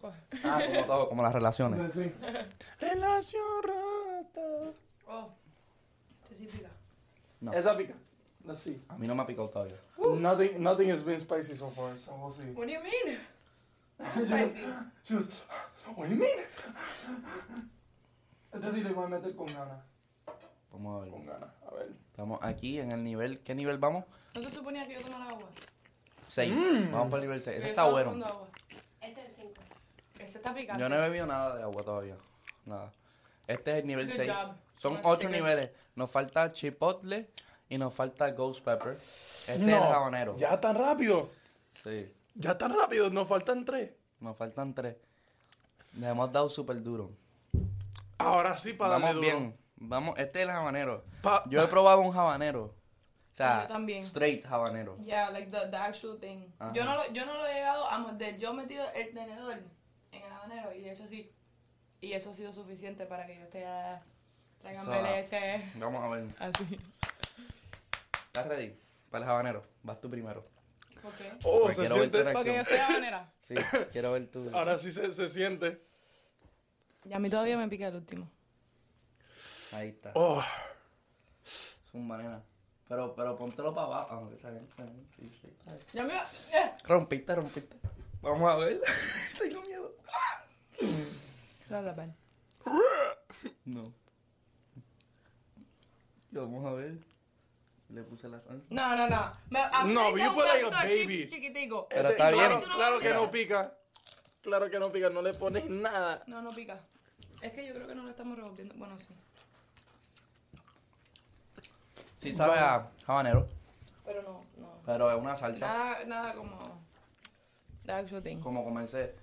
B: Coge.
A: Ah, como todo, como las relaciones.
D: Let's see.
C: Relación rata.
B: Oh. Este sí pica.
A: No.
D: Esa pica. Let's see.
A: A mí no me ha picado todavía.
D: Nothing, nothing has been spicy so far, so we'll see.
B: What do you mean? Spicy.
D: She was, what do you mean? Este sí le voy a meter con ganas.
A: Vamos a ver.
D: Con ganas, a ver.
A: Estamos aquí en el nivel. ¿Qué nivel vamos?
B: No se suponía que yo tomara agua.
A: 6.
C: Mm.
A: Vamos por el nivel 6.
B: Pero
A: Ese
B: yo
A: está
B: estaba
A: bueno.
B: tomando agua.
E: Ese es el 5.
B: Ese está picante.
A: Yo no he bebido nada de agua todavía. Nada. Este es el nivel
B: Good
A: 6.
B: job.
A: Son
B: Let's
A: ocho
B: take it.
A: niveles. Nos falta chipotle y nos falta ghost pepper. Este
C: No,
A: es el habanero.
C: Ya tan rápido.
A: Sí.
C: Ya tan rápido. Nos faltan tres.
A: Nos faltan tres. Le hemos dado súper duro.
C: Ahora sí para darle
A: Vamos
C: duro.
A: bien. Vamos, este es el habanero.
C: Pa-
A: Yo he probado un habanero. O sea,
B: Yo también.
A: straight habanero.
B: Yeah, like the, the actual thing.
A: Ajá.
B: Yo no, lo, yo no lo he llegado a morder. Yo he metido el tenedor en el habanero y eso sí. Y eso ha sido suficiente para que yo esté a... Tráigame
A: So, ah.
B: leche.
A: Vamos a ver.
B: Así.
A: ¿Estás ready? Para el habanero. Vas tú primero.
B: ¿Por qué?
C: Oh,
A: Porque
C: se
A: quiero ver tu
C: siente.
A: reacción.
B: Porque yo soy habanera.
A: Sí, quiero ver tú.
C: Ahora sí se, se siente.
B: Y a mí todavía me pica el último.
A: Ahí está.
C: Oh,
A: Es un banana. Pero, pero póntelo para abajo. aunque está bien, está bien. Sí, sí, está bien.
B: Ya me va- eh.
A: Rompiste, rompiste. Vamos a ver. Tengo miedo. No. Y vamos a ver. Le puse la sal.
B: No, no, no. Me, a mí
C: No,
B: me queda
C: but
B: un
C: you put like a
B: pedacito aquí
C: baby.
B: Chiquitico.
A: Pero
C: este-
A: está
C: claro,
A: bien.
C: Claro que
A: Mira.
C: no pica. Claro que no pica, no le pones nada.
B: No, no pica. Es que yo creo que no lo estamos revolviendo. Bueno, sí.
A: Sí sabe a habanero,
B: Pero no, no.
A: pero es una salsa.
B: Nada, nada como. The actual thing.
A: Como comencé.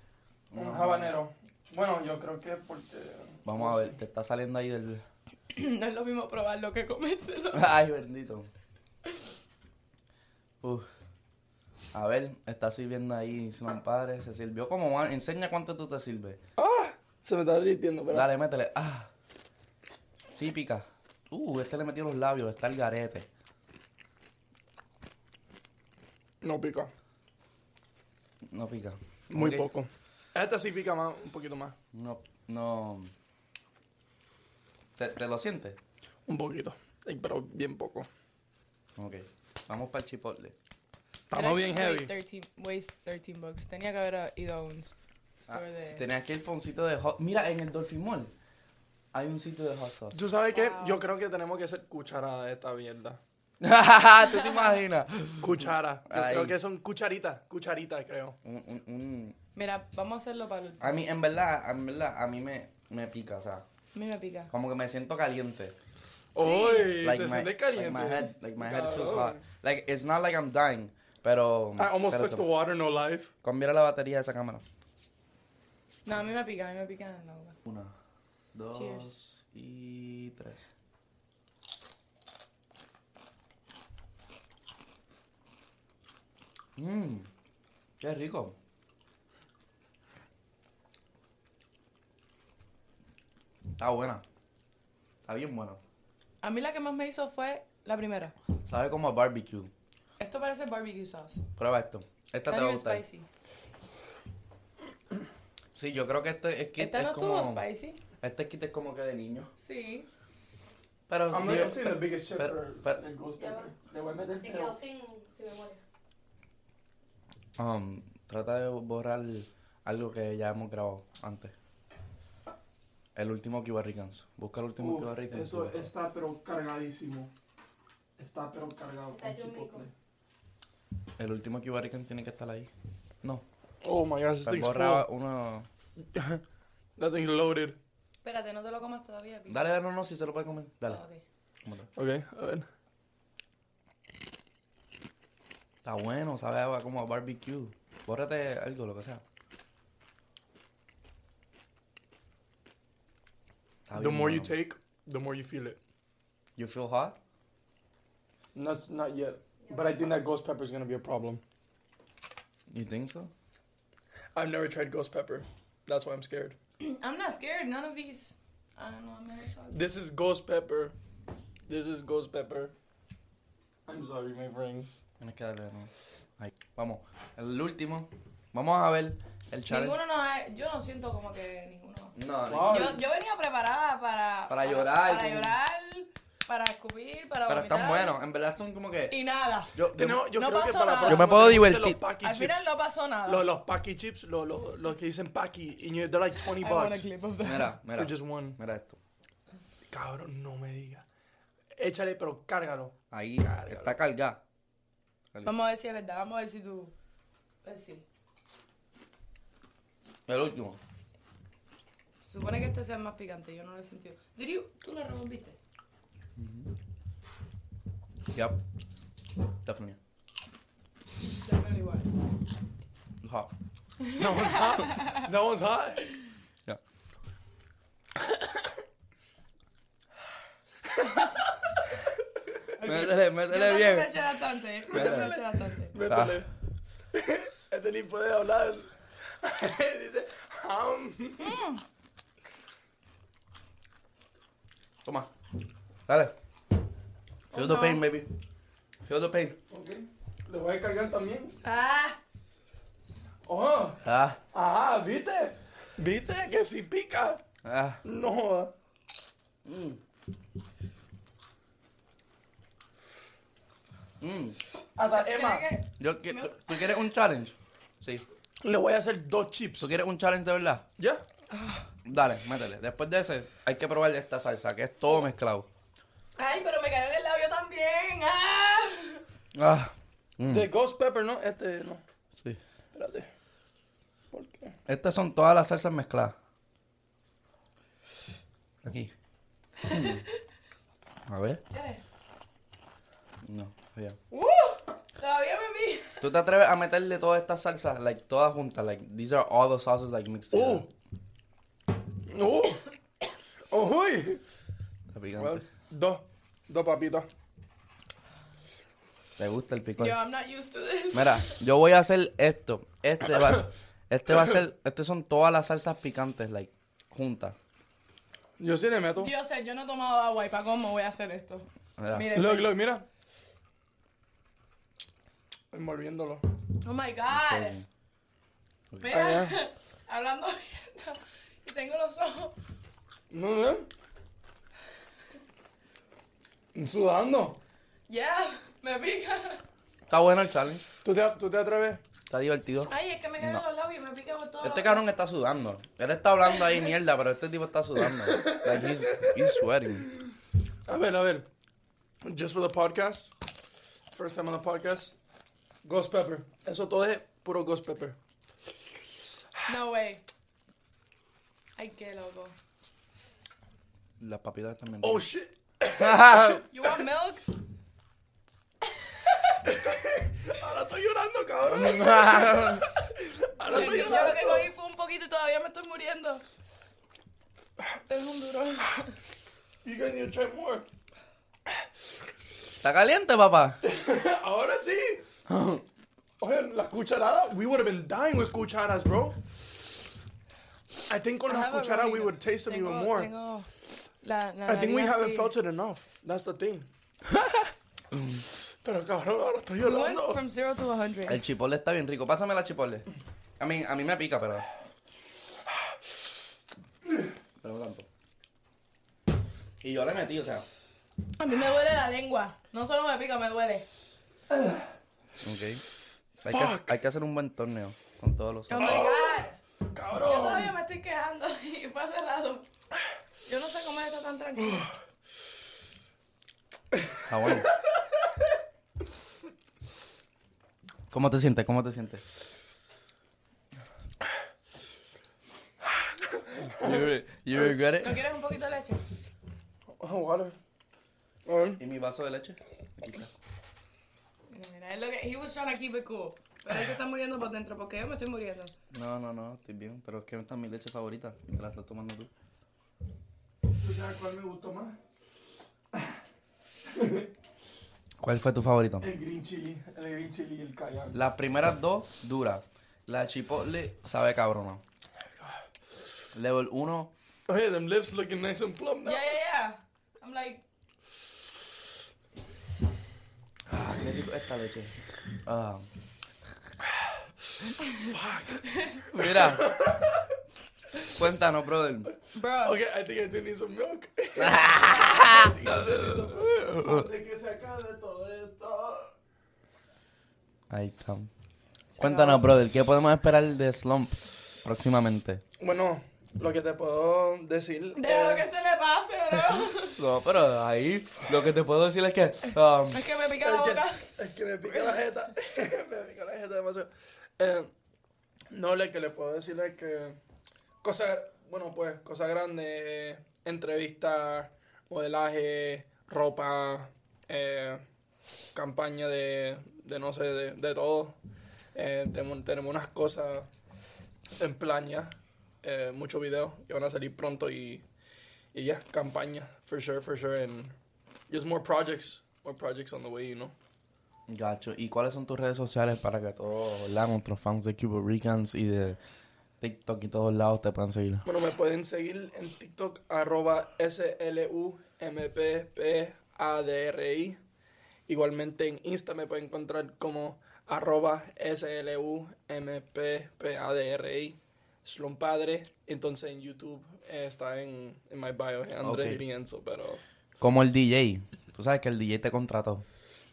D: Un habanero. Bueno, yo creo que porque...
A: Vamos a ver, te está saliendo ahí del...
B: no es lo mismo probarlo que comérselo.
A: Ay, bendito. Uf. A ver, está sirviendo ahí su padre. Se sirvió como... va- Enseña cuánto tú te sirves.
C: Se me está derritiendo, pero.
A: Dale, métele. Ah. Sí, pica. Uh, este le metió los labios. Está el garete.
C: No pica.
A: No pica.
C: Muy
A: Ok.
C: poco. Esta sí pica más, un poquito más.
A: No, no. ¿Te, te lo sientes?
C: Un poquito. Ay, Pero bien poco.
A: Ok. Vamos para el chipotle.
C: Estamos bien heavy.
B: Waste 13, waste 13 bucks. Tenía que haber ido a un s-
A: Ah,
B: store de.
A: Tenías que ir para un sitio de hot. Mira, en el Dolphin Mall hay un sitio de hot sauce.
C: ¿Tú sabes qué?
B: Wow.
C: Yo creo que tenemos que hacer cucharada de esta mierda.
A: ¿Tú te imaginas?
C: Cuchara. Yo
A: Ay.
C: creo que son cucharitas. Cucharitas, creo.
A: Un, un, un-
B: Mira, vamos a hacerlo para el último.
A: A mí, en verdad, en verdad, a mí me, me pica, o sea,
B: A mí me pica.
A: como que me siento caliente.
C: ¡Uy! te
A: my,
C: sientes
A: like
C: caliente.
A: my head, like my head feels hot.
C: Cabrón.
A: Like, it's not like I'm dying, pero...
C: I almost
A: pero
C: touched the water, no lies.
A: Conviera la batería de esa cámara.
B: No, a mí me pica, a mí me pica en la boca.
A: Una, dos
B: Cheers.
A: y tres. Mmm, qué rico. Está buena. Está bien buena.
B: A mí la que más me hizo fue la primera.
A: Sabe como a barbecue.
B: Esto parece barbecue sauce.
A: Prueba esto. Esta
B: Está
A: te va a
B: bien
A: gustar.
B: spicy.
A: Sí, yo creo que este es kit
B: ¿Esta
A: es
B: no estuvo
A: como...
B: spicy?
A: Este kit es como que de niño.
B: Sí.
A: Pero...
C: Ah,
D: I'm,
A: digo-
D: I'm seeing
C: pues,
D: the biggest chip
A: pero-
D: for
A: pero-
D: el ghost
E: Ya
D: pepper. Le voy a meter
E: Te
D: pero-
E: quedó sin, sin memoria.
A: Um, trata de borrar algo que ya hemos grabado antes. El último Cuba Ricans. Busca el último
D: Uf,
A: Cuba Ricans.
D: Eso está pero cargadísimo. Está pero cargado
E: Está
D: con
E: yumico.
D: chipotle.
A: El último Cuba Ricans tiene que estar ahí. No,
C: Oh my gosh, this
A: se
C: thing's
A: borra
C: full.
A: uno.
C: That thing's loaded.
B: Espérate, no te lo comas todavía, pica.
A: Dale, dale, no, no, si se lo puede comer. Dale.
B: Ah, ok.
A: cómetelo.
C: Ok, a ver.
A: Está bueno, sabe a- como a barbecue. Bórrate algo, lo que sea. Está
C: The
A: bien
C: more you
A: bueno.
C: take, the more you feel it.
A: You feel hot?
D: Not, not yet.
E: But
D: I think
C: that ghost pepper is gonna be a problem.
A: You think so?
C: I've never tried ghost pepper. That's why I'm scared.
B: I'm not scared, none of these. Ah, I don't know, I'm not sure.
C: This is ghost pepper. This is ghost pepper.
D: I'm sorry, my friend.
A: Tienes que darle, no. Ahí. Vamos. El último. Vamos a ver el challenge.
B: Ninguno nos ha... Yo no siento como que ninguno...
A: No,
D: Wow. Ay.
B: Yo, yo venía preparada para...
A: Para llorar.
B: Para llorar, para escupir, para
A: pero
B: vomitar.
A: están buenos. En verdad son como que.
B: Y nada.
A: Yo, yo-
C: Tenemos- yo
B: No
C: creo que
B: pasó
C: para la
B: nada.
A: Yo me
C: próxima
A: puedo
C: tenemos que hacer
A: divertir.
C: Los Paki
B: Al final
C: chips.
B: no pasó nada.
C: Los, los Paki chips, los, los, los que dicen Paki, y you- they're like 20
B: I want a
C: bucks
B: clip of that.
A: Mira,
C: for
A: mira.
C: just one.
A: Mira esto.
C: Cabrón, no me diga. Échale, pero cárgalo.
A: Ahí
C: Cárgalo.
A: está cargada.
B: Vamos a ver si es verdad, vamos a ver si tú... Pues sí.
A: El último.
B: Se supone que este sea el más picante, yo no lo he sentido. Diriu, ¿tú lo revolviste?
A: Yep. Definitely.
B: Definitely igual.
A: Hot.
C: That one's hot. That one's hot.
A: Yeah.
B: Ok.
A: Métele,
B: Yo
A: métele
B: también me
A: bien.
B: eché bastante, eh. yo
A: Métele.
B: también me eché bastante.
C: Métele. Este ni puede hablar. Dice, um.
A: Toma. Dale. Feel the
B: Oh, no.
A: pain, baby. Feel the pain.
D: Ok. Le voy a cargar también.
B: Ah,
D: Oh,
A: Ah,
D: ah, ¿viste?
C: ¿Viste que si pica?
A: ah.
C: No.
A: Mm. Mm,
C: Hasta
B: ¿Crees
C: Emma,
B: que-
A: yo qui- ¿Tú quieres un challenge? Sí.
C: le voy a hacer dos
A: ¿Tú
C: chips.
A: quieres un challenge de verdad?
C: ¿Ya?
A: Dale, métele. Después de ese, hay que probar esta salsa, que es todo mezclado.
B: Ay, pero me cayó en el labio también. ¡Ah!
A: Ah, mm,
C: De Ghost Pepper, ¿no? Este, no.
A: sí.
C: Espérate. ¿Por qué?
A: Estas son todas las salsas mezcladas. Aquí. Mm. A ver.
B: ¿Quieres?
A: No, bien.
B: ¡Uh! Todavía me vi.
A: ¿Tú te atreves a meterle todas estas salsas, like, todas juntas? Like, these are all the sauces, like, mixed
C: ¡Uh!
A: together.
C: ¡Uh! Oh, ¡Uy!
A: Está picante.
C: Bueno, dos. Dos papitas.
A: ¿Te gusta el picor?
B: Yo, I'm not used to this.
A: Mira, yo voy a hacer esto. Este va, este va a ser... Este son todas las salsas picantes, like, juntas.
C: Yo sí le meto.
B: Yo sé, yo no he tomado agua y para cómo voy a hacer esto.
A: Mira.
B: Mira,
C: Look, look, mira. Envolviéndolo.
B: oh my god. Mira, hablando mierda, y tengo los ojos.
C: No, no. Sudando.
B: Yeah, me pica.
A: Está bueno el challenge.
C: ¿Tú te, tú te atreves?
A: Está divertido.
B: Ay, es que me caen
A: No.
B: los labios y me pica por todo.
A: Este cabrón está sudando. Él está hablando ahí mierda, pero este tipo está sudando. Like, he's, he's sweating.
C: A ver, a ver. Just for the podcast. First time on the podcast. Ghost pepper. Eso todo es puro ghost pepper.
B: No way. Ay, qué loco.
A: Las papitas también.
C: Oh, shit.
B: You want milk?
C: Ahora estoy llorando, cabrón. Ahora
B: Yo,
C: estoy
B: yo lo que
C: llorando.
B: cogí fue un poquito y todavía me estoy muriendo. Es un duro.
C: You gonna need to try more.
A: ¿Está caliente, papá?
C: Ahora sí. Oye, las cucharadas. We would have been dying with cucharas, bro. I think con las cucharas we would taste them even more.
B: Tengo la, la
C: I think we
B: nariz
C: haven't
B: así.
C: felt it enough. That's the thing. Pero cabrón, ahora estoy
B: We went
C: llorando.
B: from zero to 100.
A: El chipotle está bien rico. Pásame la chipotle. A mí, a mí me pica, pero. Pero no tanto. Y yo le metí, o sea.
B: A mí me duele la lengua. No solo me pica, me duele.
A: Ok. Hay que, hay que hacer un buen torneo con todos los.
B: Oh my god. Yo
C: Cabrón.
B: todavía me estoy quejando y fue hace rato. Yo no sé cómo está tan tranquilo.
A: Está Ah, bueno. ¿Cómo te sientes? ¿Cómo te sientes? You, re- you regret
B: ¿No
A: it?
B: quieres un poquito de leche?
C: Oh, water. A ver.
A: ¿Y mi vaso de leche? Aquí está.
B: Mira, mira, es lo que. He was trying to keep it cool. Pero él se está muriendo por dentro porque yo me estoy muriendo.
A: No, no, no, estoy bien, pero es que esta es mi leche favorita y te la estás tomando tú.
D: ¿Tú sabes cuál me gustó más?
A: ¿Cuál fue tu favorito?
D: El green chili, el green chili y el kayak.
A: Las primeras dos, duras. La chipotle sabe cabrona. Level 1,
C: Oye, them lips looking nice and plump now.
B: Yeah, yeah, yeah. I'm like.
A: ah, qué rico esta leche. Ah. Mira. Cuéntanos, brother.
B: Bro.
C: Okay, I think I do need some milk.
D: De que se acabe todo esto.
A: Ahí está. Cuéntanos, brother, ¿qué podemos esperar de Slump próximamente?
C: bueno, lo que te puedo decir.
B: Déjalo que
C: es-
B: se le pase, bro.
A: No, pero ahí lo que te puedo decir es que... um,
B: Es que me pica la
C: Es
B: boca.
C: que, es que me pica la jeta. me pica la jeta demasiado. Eh, no, lo que le puedo decir es que. Cosa, bueno, pues, cosa grande. eh, Entrevistas, modelaje, ropa, eh, campaña de, de no sé, de, de todo. Eh, tenemos, tenemos unas cosas en plan ya. eh, muchos videos que van a salir pronto y, y ya, campaña, for sure, for sure. And just more projects, more projects on the way, you know.
A: Gacho, ¿y cuáles son tus redes sociales para que todos ¿verdad? nuestros fans de Cuba Ricans y de TikTok y todos lados te puedan seguir?
C: Bueno, me pueden seguir en TikTok, arroba SLUMPPADRI. Igualmente en Insta me pueden encontrar como arroba SLUMPPADRI. Slumpadre. Entonces en YouTube eh, está en, en my bio, eh, Andrés
A: Ok.
C: Irienzo, pero...
A: Como el DJ. Tú sabes que el DJ te contrató.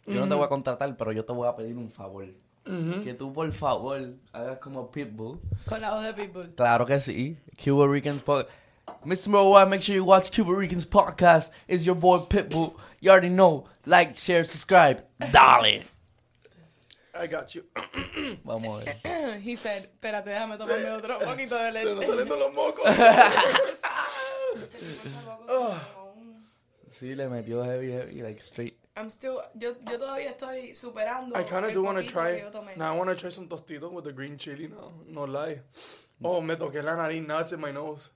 A: Yo no te voy a contratar, pero yo te voy a pedir un favor.
C: Ujú.
A: Que tú, por favor, hagas como Pitbull.
B: Con la voz de Pitbull.
A: Claro que sí. Cuba Ricans Podcast. Mr. Moroa, make sure you watch Cuba Ricans Podcast. It's your boy Pitbull. You already know. Like, share, subscribe. Dale.
C: I got you.
A: Vamos a ver.
B: He said, espérate, déjame tomarme otro poquito de
C: Eh, Se nos
B: leche.
C: salen de los mocos. Ah.
A: Sí, le metió heavy, heavy, like straight.
B: I'm still, yo, yo todavía estoy superando
C: I kind of
B: el
C: do want to
B: poquito que
C: try.
B: yo tomé. Mm.
C: Now I want to try some tostitos with the green chili now. No lie. Oh, me toqué la nariz. Now it's in my nose.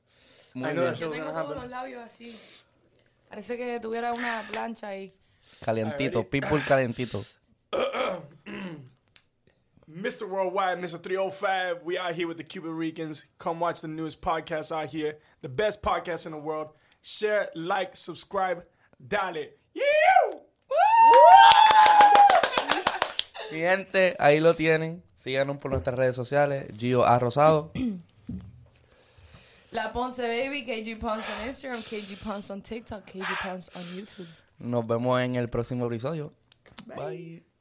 A: Muy
C: I know
A: bien.
C: that
B: Yo
C: It's
B: tengo
C: gonna
B: todos
C: happen.
B: los labios así. Parece que tuviera una plancha ahí.
A: Calientito, Pitbull calientito.
C: Mr. Worldwide, Mr. 305, we out here with the Cuban Ricans. Come watch the newest podcast out here. The best podcast in the world. Share, like, subscribe, dale. Yeah!
A: Mi gente, ahí lo tienen. Síganos por nuestras redes sociales. Gio A. Rosado.
B: La Ponce Baby, KG Ponce on Instagram, KG Ponce on TikTok, KG Ponce on YouTube.
A: Nos vemos en el próximo episodio. Bye.